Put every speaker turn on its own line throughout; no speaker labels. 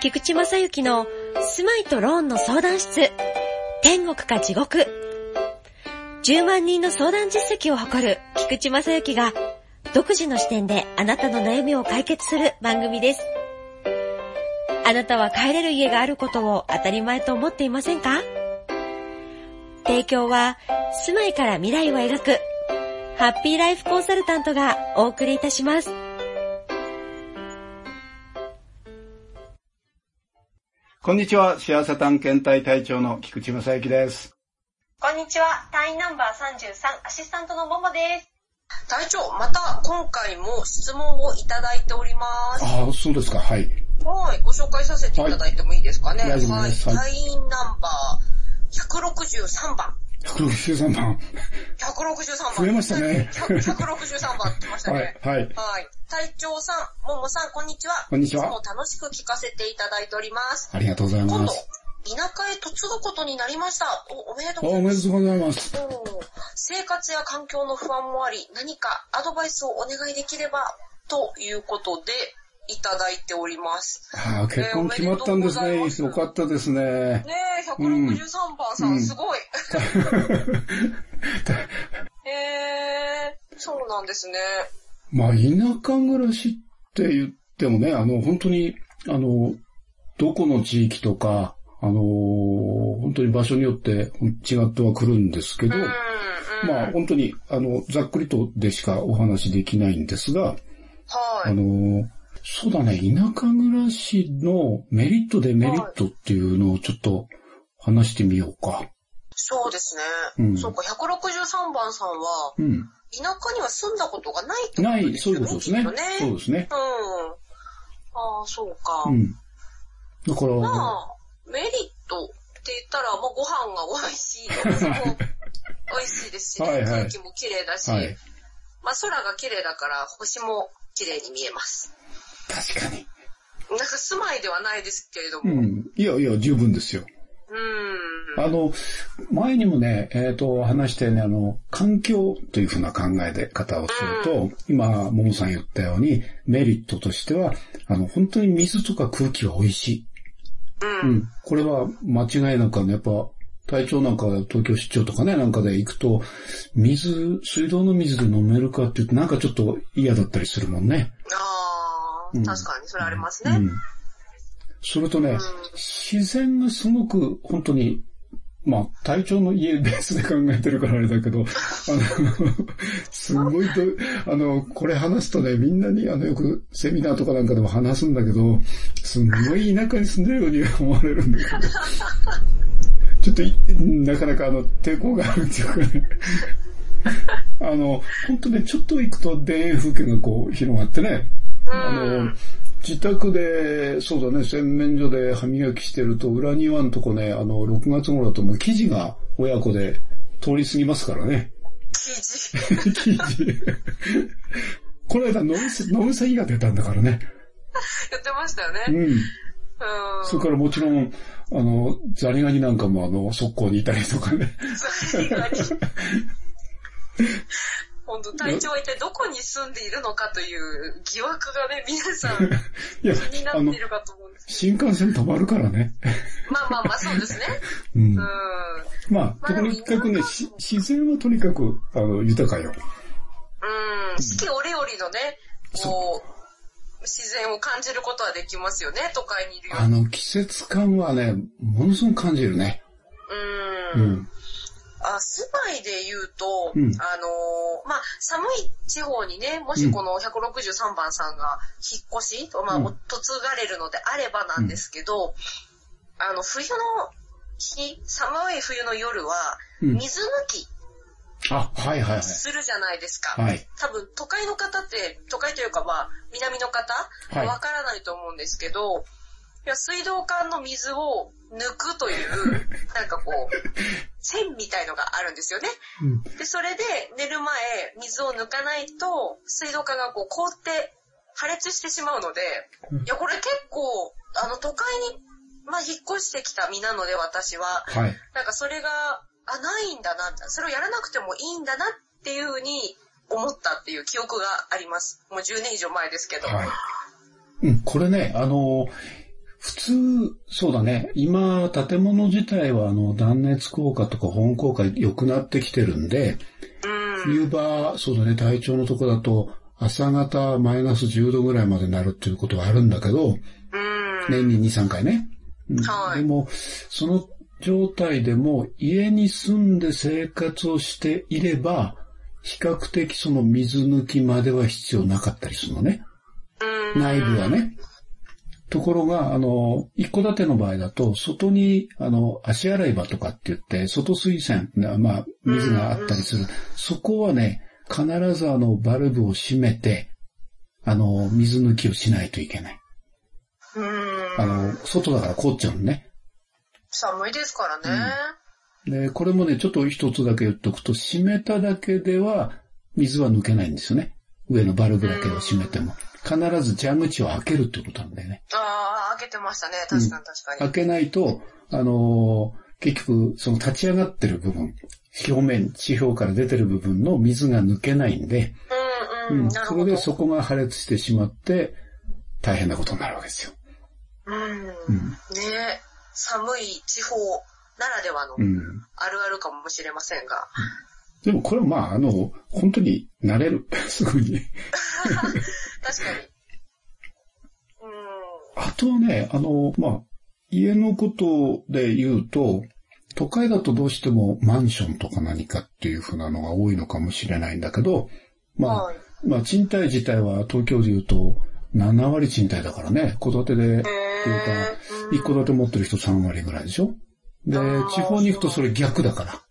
菊池正幸の住まいとローンの相談室、天国か地獄。10万人の相談実績を誇る菊池正幸が独自の視点であなたの悩みを解決する番組です。あなたは帰れる家があることを当たり前と思っていませんか提供は住まいから未来を描くハッピーライフコンサルタントがお送りいたします。
こんにちは、幸せ探検隊隊長の菊池正幸です。
こんにちは、隊員ナンバー33、アシスタントのももです。
隊長、また今回も質問をいただいております。
ああ、そうですか、はい。
はい、ご紹介させていただいてもいいですかね。
はい大丈夫ですは
隊員ナンバー163番。
163番。
163番。
増えましたね
100 163番って来ました
は
ね
い、。はい。
はい。隊長さん、ももさん、こんにちは。
こんにちはい
つも楽しく聞かせていただいております。
ありがとうござい
今
ま
度
す。、
田舎へ嫁ぐことになりました。お、おめでとう
あ
ござ
お
いま
め
す。
でとうございます。
おー生活や環境の不安もあり、何かアドバイスをお願いできれば、ということで、いただいております。
ああ、結婚決まったんです
えーお
ね
めでとうございま。す
よかったですね。
ねえ、163番さん、
うん
す ごい。えー、そうなんですね。
まあ、田舎暮らしって言ってもね、あの、本当に、あの、どこの地域とか、あの、本当に場所によってほん違ってはくるんですけど、
うん、うん。
まあ、本当に、あの、ざっくりとでしかお話できないんですが、
は
あ
い。
の、そうだね、田舎暮らしのメリット、デメリットっていうのをちょっと話してみようか。
そうですね。
うん
そうか、163番さんは、
うん。
田舎には住んだことがないってこ
な
と
い、
です
そう
よ
い
ね。
うことですね
きっと。
そう
うん。
ですね。
ああ、そうか。
うん。だから、
まあ、メリットって言ったら、もうご飯が美味 しい。も美味しいですし、ね、
はいはい
空気も綺麗だし、
はい。
まあ空が綺麗だから星も綺麗に見えます。
確かに。
なんか住まいではないですけれど
う
も。うん。
ん。いやいや、十分ですよ。あの、前にもね、えっ、と、話したように、あの、環境というふうな考えで方をすると、今、ももさん言ったように、メリットとしては、あの、本当に水とか空気が美味しい。
うん。
うん。これは間違いなくあの、やっぱ、体調なんか、東京出張とかね、なんかで行くと、水、水道の水で飲めるかって言って、なんかちょっと嫌だったりするもんね。
あ
うん
あ、確かにそれあります
う
ね。
ん。それとね、自然がすごく、本当に、まあ、体調の家ベースで考えてるからあれだけど、あの、すごいと、あの、これ話すとね、みんなに、あの、よくセミナーとかなんかでも話すんだけど、すんごい田舎に住んでるように思われるんだけど、ちょっとい、なかなかあの、抵抗があるっていうかね。あの、本当ね、ちょっと行くと田園風景がこう、広がってね、あ
うん
の、自宅で、そうだね、洗面所で歯磨きしてると、裏庭のとこね、あの、6月頃だともう生地が親子で通り過ぎますからね。
生地。
生地。この間飲みす、飲みすぎが出たんだからね。
やってましたよ
う
ね。
ん。
うん。
それからもちろん、あの、ザリガニなんかもあの、速攻にいたりとかね。
本当隊長は一体どこに住んでいるのかという疑惑がね、皆さん
いや
気に、な
あ
っ
の
てい、るかと思うんですけ
新幹線止まるからね。
ど。まあまあまあ、そうです ね。
うん
う。ん。
まあ、
まあ
とにかくね、し自然はとにかく、あの、豊かよ。
うん。四季折々のね、こう、自然を感じることはできますよね、都会にいるよ
あの、季節感はね、ものすごく感じるね。
う。
うんん。
あ、住まいで言うと、
うん
あのーまあ、寒い地方にね、もしこの163番さんが引っ越し、まあ、
うん
嫁がれるのであればなんですけど、あの、冬の日、寒い冬の夜は、
うん
水抜き
あ、はいはいはい。
するじゃないですか。
はい。
多分、都会の方って、都会というかまあ、南の方
はい
わからないと思うんですけど、い、や、水道管の水を抜くと いう、なんかこう、線みたいのがあるんですよね。
うん
で、それで寝る前、水を抜かないと、水道管がこう凍って破裂してしまうので
うん、
いや、これ結構、あの、都会に、まあ、引っ越してきた身なので、私は。
はい。
なんかそれが、あ、ないんだな、みたいなそれをやらなくてもいいんだなっていうふうに思ったっていう記憶があります。もう10年以上前ですけど。
はい。うん、これね、あのー、普通、そうだね。今、建物自体は、あの、断熱効果とか保温効果良くなってきてるんで、
うん。
冬場、そうだね、体調のとこだと、朝方マイナス10度ぐらいまでなるっていうことはあるんだけど、
うん。
年に2、3回ね。うん
はい
でも、その状態でも、家に住んで生活をしていれば、比較的その水抜きまでは必要なかったりするのね。
うん。
内部はね。ところが、あの、一戸建ての場合だと、外に、あの、足洗い場とかって言って、外水栓、なまあ、水があったりする。そこはね、必ずあの、バルブを閉めて、あの、水抜きをしないといけない。
うん。
あの、外だから凍っちゃうのね。
寒いですからね。
で、これもね、ちょっと一つだけ言っとくと、閉めただけでは水は抜けないんですよね。上のバルブだけを閉めても。必ず蛇口を開けるってことなんだよね。
ああ、開けてましたね。確かに確か
開
に。
けないと、あのー結局、その立ち上がってる部分、表面、地表から出てる部分の水が抜けないんで、
うんうん。なる
そ
ほ
れ
ど
で。そこが破裂してしまって、大変なことになるわけですよ。
うん。ね
うん。
寒い地方ならではの
うん。
あるあるかもしれませんが。
でもこれはまあ、あの、本当に慣れる。 すぐに。
確かに。
あとはね、あの、まあ、家のことで言うと、都会だとどうしてもマンションとか何かっていう風なのが多いのかもしれないんだけど、
うん。
まあ、
はい。
まあ、賃貸自体は東京で言うと7割賃貸だからね、戸建てで、
えー
1戸建て持ってる人3割ぐらいでしょで、
あー
地方に行くとそれ逆だか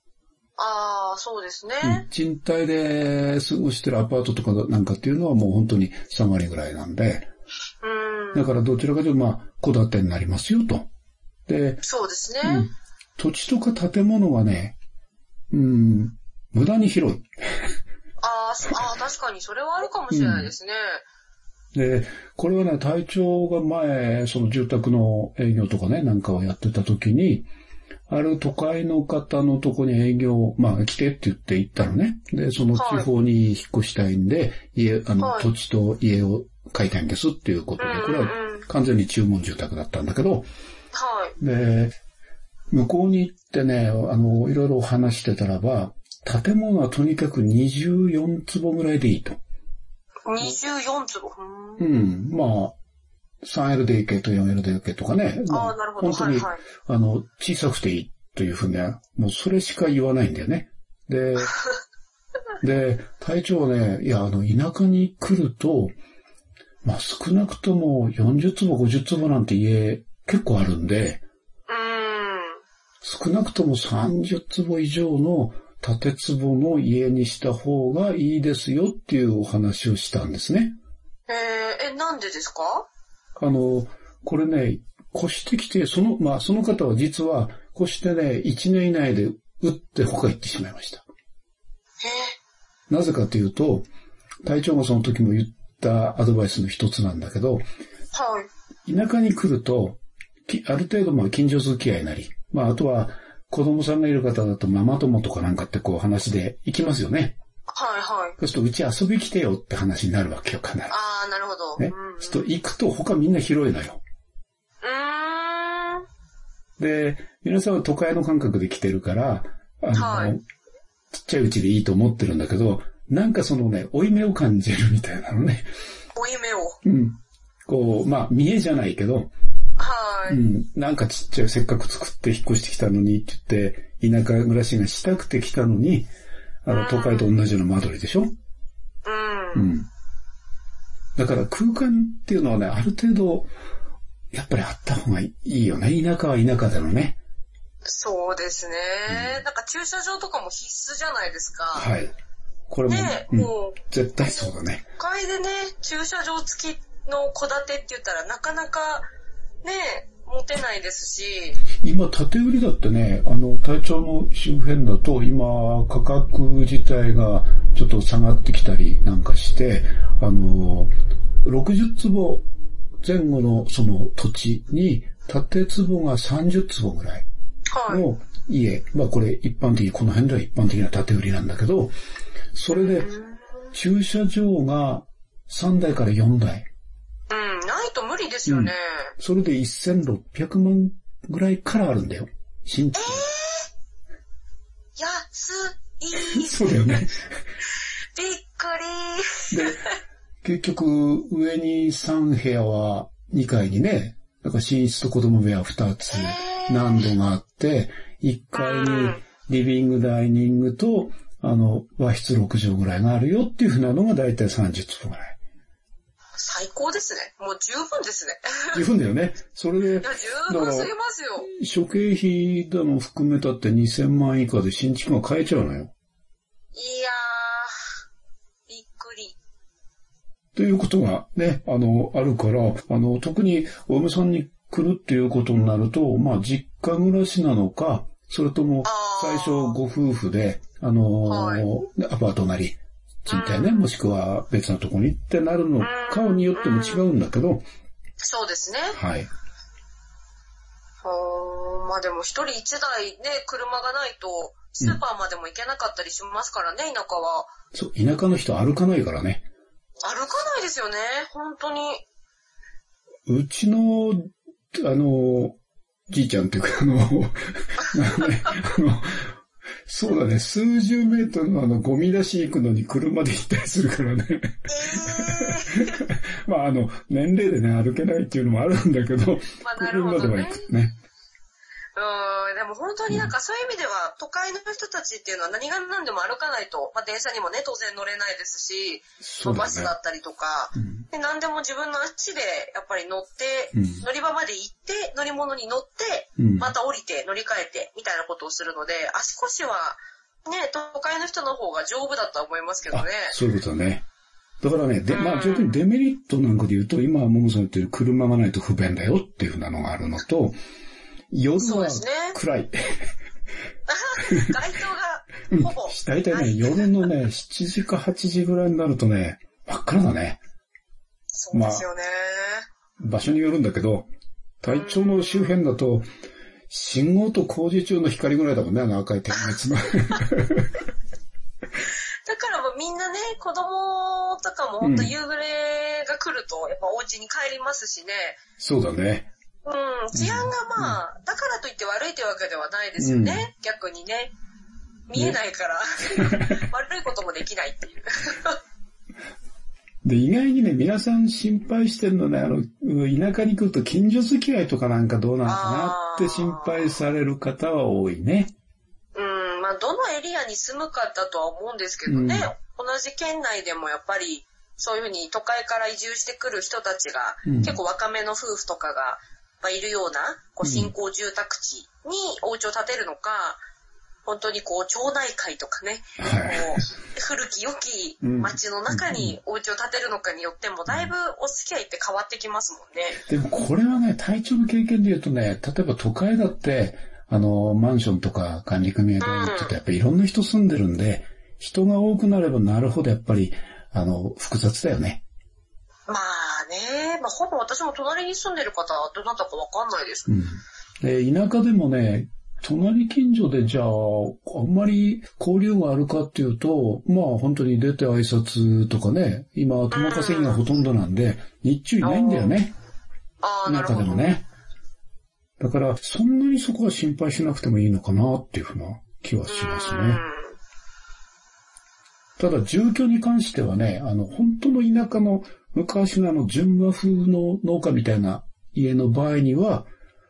ああ、そうですね。
ら。うん、賃貸で過ごしてるアパートとかなんかっていうのはもう本当に3割ぐらいなんで、
うん。
だからどちらかというとまあ、戸建てになりますよと。で、
そうですね。
うん土地とか建物はね、うん、無駄に広い。
あーそあー、確かにそれはあるかもしれないですね。
で、これはね、隊長が前、その住宅の営業とかね、なんかをやってた時に、ある都会の方のとこに営業、まあ来てって言って行ったのね。で、その地方に引っ越したいんで、家、あの、
はい
土地と家を買いたいんですっていうことで、これは
うんうんうん
完全に注文住宅だったんだけど、
はい。
で、向こうに行ってね、あの、いろいろ話してたらば、建物はとにかく24坪ぐらいでいいと。
24坪。うーん
うん、まあ、3LDK と 4LDK とかね。ま
ああ、なるほど。
本当
はい
に、
はい。
あの、小さくていいというふうには、もうそれしか言わないんだよね。 で、で、隊長はね、いや、あの、田舎に来ると、まあ少なくとも40坪、50坪なんて家結構あるんで、
うーん。
少なくとも30坪以上の縦坪の家にした方がいいですよっていうお話をしたんですね。
えー、え、なんでですか
あの、これね、越してきて、その、まあ、その方は実は、越してね、1年以内で打って他行ってしまいました。
え
なぜかというと、隊長がその時も言ったアドバイスの一つなんだけど、
ー、はい。
田舎に来ると、きある程度まあ近所付き合いなり、まあ、あとは、子供さんがいる方だとママ友とかなんかってこう話で行きますよね。
はいはい。
そうすると、うち遊び来てよって話になるわけよ、必ず。
ああ、なるほど。
ね
う。ん。う
そうすると、行くと他みんな広いのよ。
ーん。
で、皆さんは都会の感覚で来てるから、あの、
はい
ちっちゃいうちでいいと思ってるんだけど、なんかそのね、負い目を感じるみたいなのね。
お夢を。
うん。こう、まあ、見栄じゃないけど、
は
う
い。
ん、なんかちっちゃい、せっかく作って引っ越してきたのにって言って、田舎暮らしがしたくて来たのに、あの、都会と同じような間取りでしょ
うん。
うん。だから空間っていうのはね、ある程度、やっぱりあった方がいいよね。田舎は田舎だのね。
そうですね、なんか駐車場とかも必須じゃないですか。
はい。これも、
ね、
うん
もう、
絶対そうだね。
都会でね、駐車場付きの戸建てって言ったらなかなか、ね、持てないですし、
今、縦売りだってね、あの、体調の周辺だと、今、価格自体がちょっと下がってきたりなんかして、あの、60坪前後のその土地に、縦坪が30坪ぐらい
はい。
の家、まあこれ一般的、この辺では一般的な縦売りなんだけど、それで駐車場が3台から4台。
うん、ないっと無理ですよね。
それで1600万ぐらいからあるんだよ。新築。
安い。
そうだよね。
びっくり。
で、結局、上に3部屋は2階にね、だから寝室と子供部屋2つ難度があって、1階にリビングダイニングと、あの、和室6畳ぐらいがあるよっていうふうなのが大体30坪ぐらい。
最高ですね。もう十分ですね。
いうふうだよね。それで
いや、、十分すぎますよ。
諸経費だの含めたって2000万以下で新築が買えちゃうのよ。
いやー、びっくり。
ということがね、あの、あるから、あの、特にお嫁さんに来るっていうことになると、まあ、実家暮らしなのか、それとも
あ、ー
最初ご夫婦で、あのー
はい
ねアパートなり、賃貸ね、もしくは別のとこにってなるのかによっても違うんだけど、
そうですね。
はい。
ほーまあでも一人一台ね、車がないと、スーパーまでも行けなかったりしますからね、田舎は。
そう、田舎の人歩かないからね。
歩かないですよね、本当に。
うちの、あの、じいちゃんっていうか、あの、 なんかね、あの、そうだね、数十メートルのあの、ゴミ出し行くのに車で行ったりするからね。 まあ、あの、年齢でね、歩けないっていうのもあるんだけど、
まあなるほ
車で
ど
は
ね
行。くね。
うん、でも本当になんかそういう意味では、都会の人たちっていうのは何が何でも歩かないと、まあ電車にもね、当然乗れないですし、
そうだ
バ
ね
ス。だったりとか、
うん
で何でも自分の足でやっぱり乗って、
うん
乗り場まで行って、乗り物に乗って、
うん
また降りて乗り換えてみたいなことをするので、足腰はね、都会の人の方が丈夫だとは思いますけど
あ
ね。、
そういうことだね。だからね、で、ま
う
あ、
ん
逆にデメリットなんかで言うと、今、ももさん言ってる車がないと不便だよっていうふうなのがあるのと、夜
そう
は
ですね
暗い。
街灯がほぼ。
大体
な
ね、
い
夜のね、7時か8時ぐらいになるとね、真っ暗だね。
そうですよね。
場所によるんだけど、体調の周辺だと、信号と工事中の光ぐらいだもんね、あの赤い点滅の。
だからもうみんなね、子供とかもほんと夕暮れが来ると、やっぱお家に帰りますしね。
そうだね。
うん、治安がまあ、だからといって悪いというわけではないですよね。逆にね。見えない から、悪いこともできないっていう。
で、意外にね、皆さん心配してるのね、あの、田舎に来ると近所付き合いとかなんかどうなのかなって心配される方は多いね。
うん、まあ、どのエリアに住むかだとは思うんですけどね、同じ県内でもやっぱり、そういうふうに都会から移住してくる人たちが、
うん
結構若めの夫婦とかが、まあ、いるような、こう、新興住宅地にお家を建てるのか、本当にこう、町内会とかね、こ、
はいう
古き良き町の中にお家を建てるのかによっても、だいぶお付き合いって変わってきますもんね。
でもこれはね、体調の経験で言うとね、例えば都会だって、あの、マンションとか管理組合がちょっとやっぱりいろんな人住んでるんで、人が多くなればなるほどやっぱり、あの、複雑だよね。
まあね、まあ、ほぼ私も隣に住んでる方、どなたかわかんないです
うん。で、田舎でもね、隣近所でじゃあ、あんまり交流があるかっていうと、まあ本当に出て挨拶とかね、今、友稼ぎがほとんどなんで、日中いないんだよね。
ああ、なる
中
ほ
でも
ど。
ね。だから、そんなにそこは心配しなくてもいいのかなっていうふうな気はします
う
ね。
ん
ただ、住居に関してはね、あの、本当の田舎の昔のあの、純和風の農家みたいな家の場合には、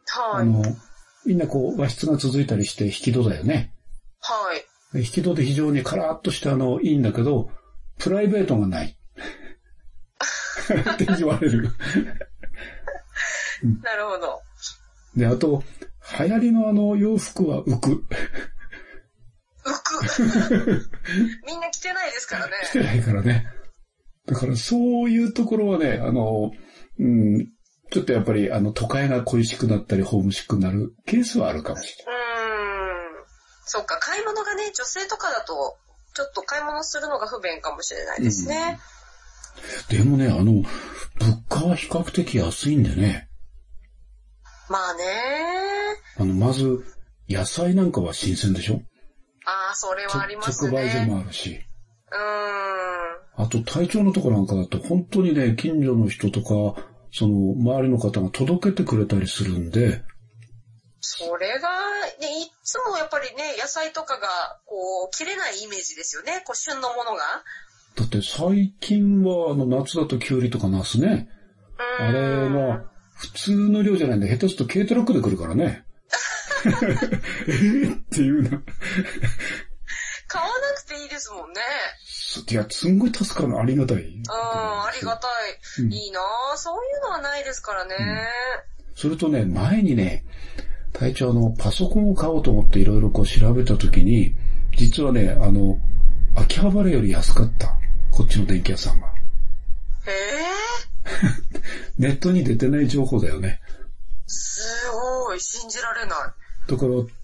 は
あ
い。
の、みんなこう、和室が続いたりして引き戸だよね。
はい。
で引き戸で非常にカラーっとしてあの、いいんだけど、プライベート がない。って言われる。
なるほど。
で、あと、流行りのあの、洋服は浮く。
浮く。みんな着てないですから ね。
来てないからね。だからそういうところはね、あの、うん、ちょっとやっぱりあの都会が恋しくなったりホームシックになるケースはあるかもしれ
うーん。そっか、買い物がね、女性とかだと、ちょっと買い物するのが不便かもしれないですね。
ない。でもね、あの、物価は比較的安いんでね、
まあね
あの、まず野菜なんかは新鮮でしょ
ああ、それはあります
直売所
ね。
もあるし。
うーん。
あと、体調のとこなんかだと、本当にね、近所の人とか、その、周りの方が届けてくれたりするんで、
それが、ね、いつもやっぱりね、野菜とかが、こう、切れないイメージですよね。こう、旬のものが。
だって最近は、あの、夏だとキュウリとかナスね、
うーん
あれは、普通の量じゃないんで、下手すると軽トラックで来るか らね。えーっていうな。
買わなくていいですもんね。
いや、すんごい助かるのありがたい。
うん、ありがたい。いいなぁ。そういうのはないですからね。
それとね、前にね、隊長あの、パソコンを買おうと思っていろいろこう調べたときに、実はね、あの、秋葉原より安かった。こっちの電気屋さんが。
へえ、
ネットに出てない情報だよね。
すごい。信じられない。
だから、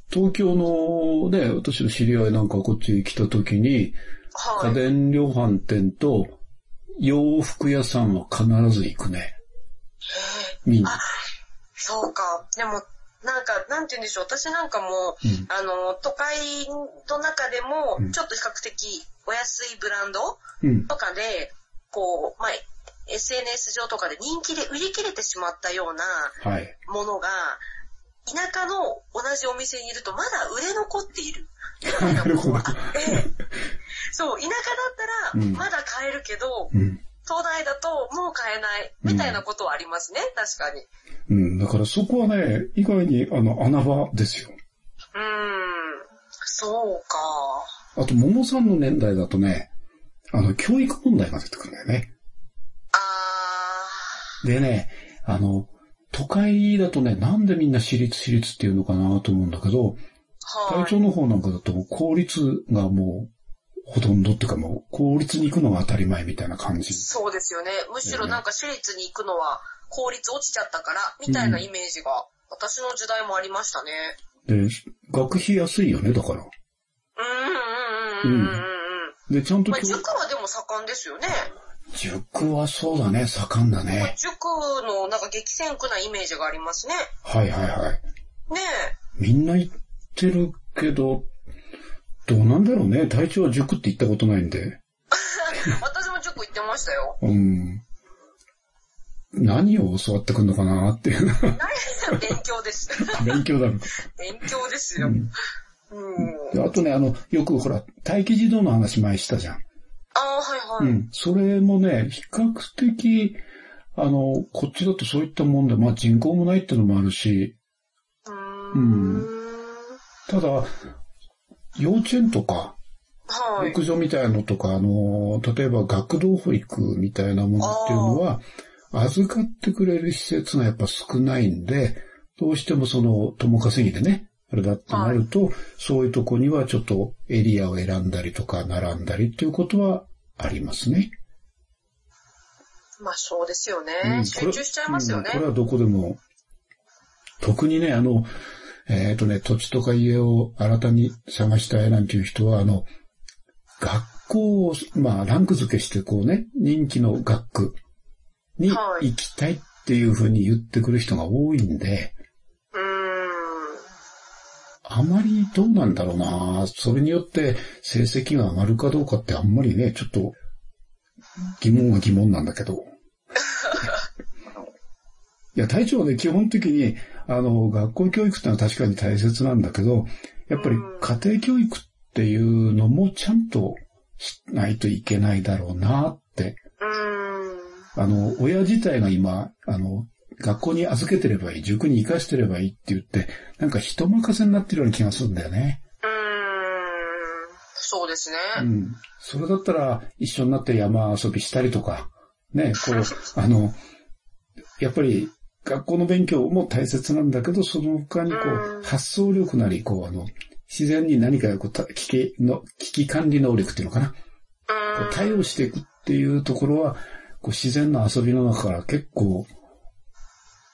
東京のね、私の知り合いなんかこっち来たときに、
は
家
い。
電量販店と洋服屋さんは必ず行くね。みんな。
そうか。でも、なんか、なんて言うんでしょう。私なんかも、
うん
あの、都会の中で
うん
も、ちょっと比較的お安いブランド
うん。
とかで、こう、まあ、SNS 上とかで人気で売り切れてしまったような
はい。
ものが、田舎の同じお店にいるとまだ売れ残っている。
なるほ
そ
ど。
う、田舎だったら
うん
まだ買えるけど、
うん。
東大だともう買えない、みたいなことはありますね、確かに。
うん。だからそこはね、意外にあの穴場ですよ。
うーん、そうか。
あと、桃さんの年代だとね、あの、教育問題が出てくるんだよね。
あ
でね、あの、都会だとね、なんでみんな私立私立っていうのかなと思うんだけど、
ー、は
会
い。
長の方なんかだと公立がもう、ほとんどっていうかもう、公立に行くのが当たり前みたいな感じ。
そうですよね。むしろなんか私立に行くのは効率落ちちゃったから、みたいなイメージが、私の時代もありましたね。
で、学費安いよね、だから。
うんうんうんうんうんうん。
で、ちゃんと
まあ、
教
塾はでも盛んですよね。
塾はそうだね、盛んだ
まあ
ね。
塾のなんか激戦区なイメージがありますね。
はいはいはい。
ね
みんな行ってるけど、どうなんだろうね。隊長は塾って行ったことないんで。
え。 私も塾行ってましたよ。
うん。何を教わってくんのかなっていう。
勉強です。
勉強だろう。
勉強ですよ。
うん
うん。
であとね、あの、よくほら、待機児童の話前したじゃん。
ああ、はいうはい。
ん。それもね、比較的、あの、こっちだとそういったもんで、まあ人口もないってのもあるし、
うー。
うんただ、幼稚園とか、
はい。
牧場みたいのとか、あの、例えば学童保育みたいなものっていうのは、預かってくれる施設がやっぱ少ないんで、どうしてもその、友稼ぎでね、あれだってなると、そういうとこにはちょっとエリアを選んだりとか、並んだりっていうことはありますね。
まあそうですよね。
うんこ
集
れ
中しちゃいますよね
うん。これはどこでも。特にね、あの、えっ、とね、土地とか家を新たに探したいなんていう人は、あの、学校を、まあ、ランク付けして、こうね、人気の学区に
はい
行きたいっていうふうに言ってくる人が多いんで、
うーん。
あまりどうなんだろうなそれによって成績が上がるかどうかってあんまりね、ちょっと疑問は疑問なんだけど。いや、隊長はね、基本的に、あの、学校教育ってのは確かに大切なんだけど、やっぱり家庭教育っていうのもちゃんとしないといけないだろうなって。
うーん。
あの、親自体が今、あの、学校に預けてればいい、塾に生かしてればいいって言って、なんか人任せになってるような気がするんだよね。
うーん。そうですね。
うん。それだったら、一緒になって山遊びしたりとか、ね、こう、あの、やっぱり、学校の勉強も大切なんだけど、その他にこ
う
う、
ん
発想力なり、こう、あの、自然に何かこうた危機の、危機管理能力っていうのかな。
う
こう
ーん。
対応していくっていうところは、こう、自然な遊びの中から結構、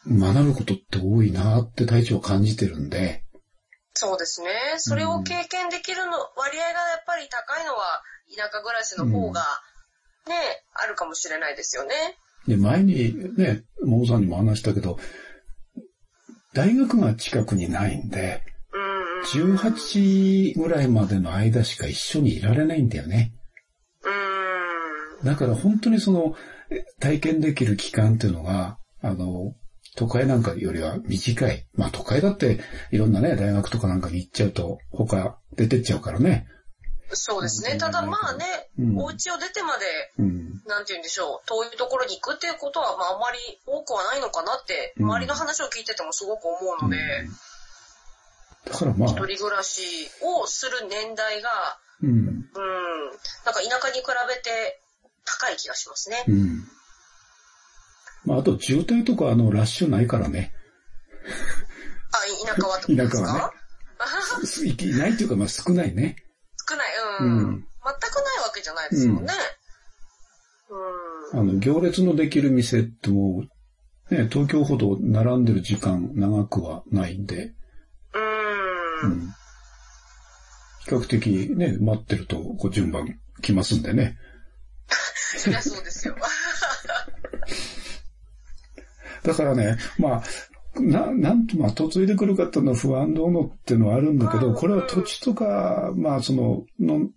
学ぶことって多いなって体調を感じてるんで、
そうですね。それを経験できるの、割合がやっぱり高いのは、田舎暮らしの方が、ね、あるかもしれないですよね。
で、前にね、モモさんにも話したけど、大学が近くにないんで、
うん。うん。
18ぐらいまでの間しか一緒にいられないんだよね。
うーん。
だから本当にその、え体験できる期間っていうのが、あの、都会なんかよりは短い。まあ都会だっていろんなね、大学とかなんかに行っちゃうと他出てっちゃうからね。
そうですね。ただまあね、
うん
お家を出てまで、
うん。
なんて言うんでしょう、遠いところに行くっていうことは、まああまり多くはないのかなって、
うん
周りの話を聞いててもすごく思うので、
だからまあ、
一人暮らしをする年代が、
うん。
うん、なんか田舎に比べて高い気がしますね
う。ん。まああと渋滞とかあのラッシュないからね。
あ、い田舎はってことです
田舎は
か、
ねすいないっていうかまあ少ないね。
少ない、うん、
うん
全くないわけじゃないですもんね。うん。
あの、行列のできる店ってもう、ね、東京ほど並んでる時間長くはないんで、
うん。
うん比較的ね、待ってると、こう順番来ますんでね。
そりゃそうですよ。
だからね、まあ、な、なんと、まあ、嫁いでくる方の不安どうのっていうのはあるんだけど、これは土地とか、まあ、その、の、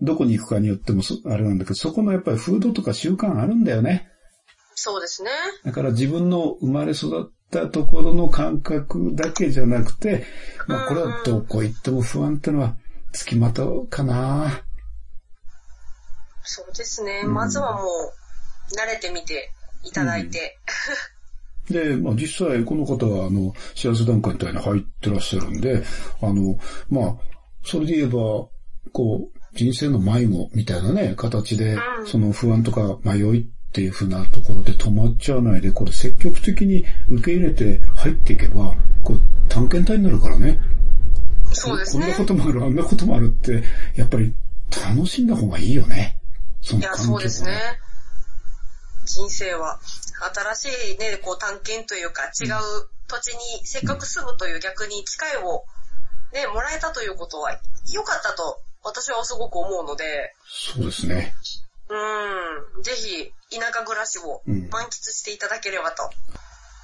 どこに行くかによってもそ、あれなんだけど、そこのやっぱり風土とか習慣あるんだよね。
そうですね。
だから自分の生まれ育ったところの感覚だけじゃなくて、まあ、これはどこ行っても不安ってのは、付きまとうかな。
そうですね。
うん
まずはもう、慣れてみていただいて。
で、まあ実際この方はあの、幸せ段階みたいに入ってらっしゃるんで、あの、まあ、それで言えば、こう、人生の迷子みたいなね、形で、
うん
その不安とか迷いっていうふうなところで止まっちゃわないで、これ積極的に受け入れて入っていけば、こう、探検隊になるからね。
そうですね
こんな。こともある、あんなこともあるって、やっぱり楽しんだ方がいいよね。そ
い
の
や、
環境を
そうですね。人生は、新しいね、こう探検というか、違う土地にせっかく住むという逆に機会をね、もらえたということは、良かったと私はすごく思うので、
そうですね。
うん、ぜひ、田舎暮らしを
うん
満喫していただければと。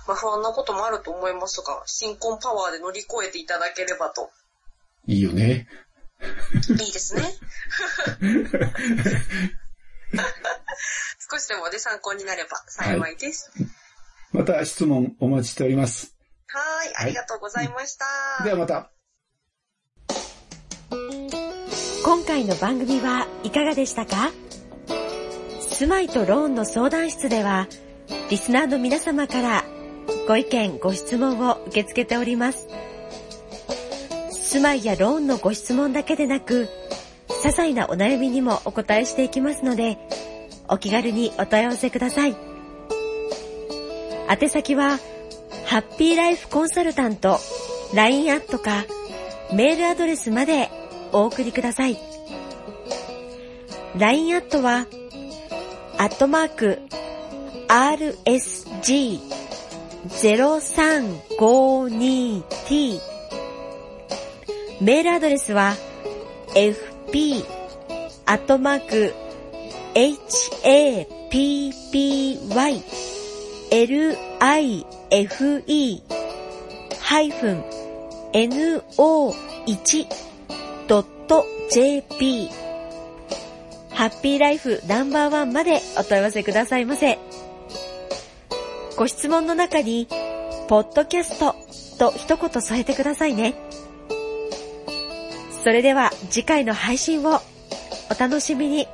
まあ不安なこともあると思いますが、新婚パワーで乗り越えていただければと。
いいよね。
いいですね。 少しでもね、参考になれば幸いです。
また質問お待ちしております。
はーい、ありがとうございました。
ではまた。
今回の番組はいかがでしたか住まいとローンの相談室では、リスナーの皆様からご意見、ご質問を受け付けております。住まいやローンのご質問だけでなく、些細なお悩みにもお答えしていきますので、お気軽にお問い合わせください。宛先は、ハッピーライフコンサルタント、LINE アットか、メールアドレスまでお送りください。LINE アットは、アットマーク、rsg0352t。メールアドレスは、fp、アットマーク、happy, life, ハイフン、no1 .jp ハッピーライフナンバーワンまでお問い合わせくださいませ。ご質問の中に、ポッドキャストと一言添えてくださいね。それでは次回の配信をお楽しみに。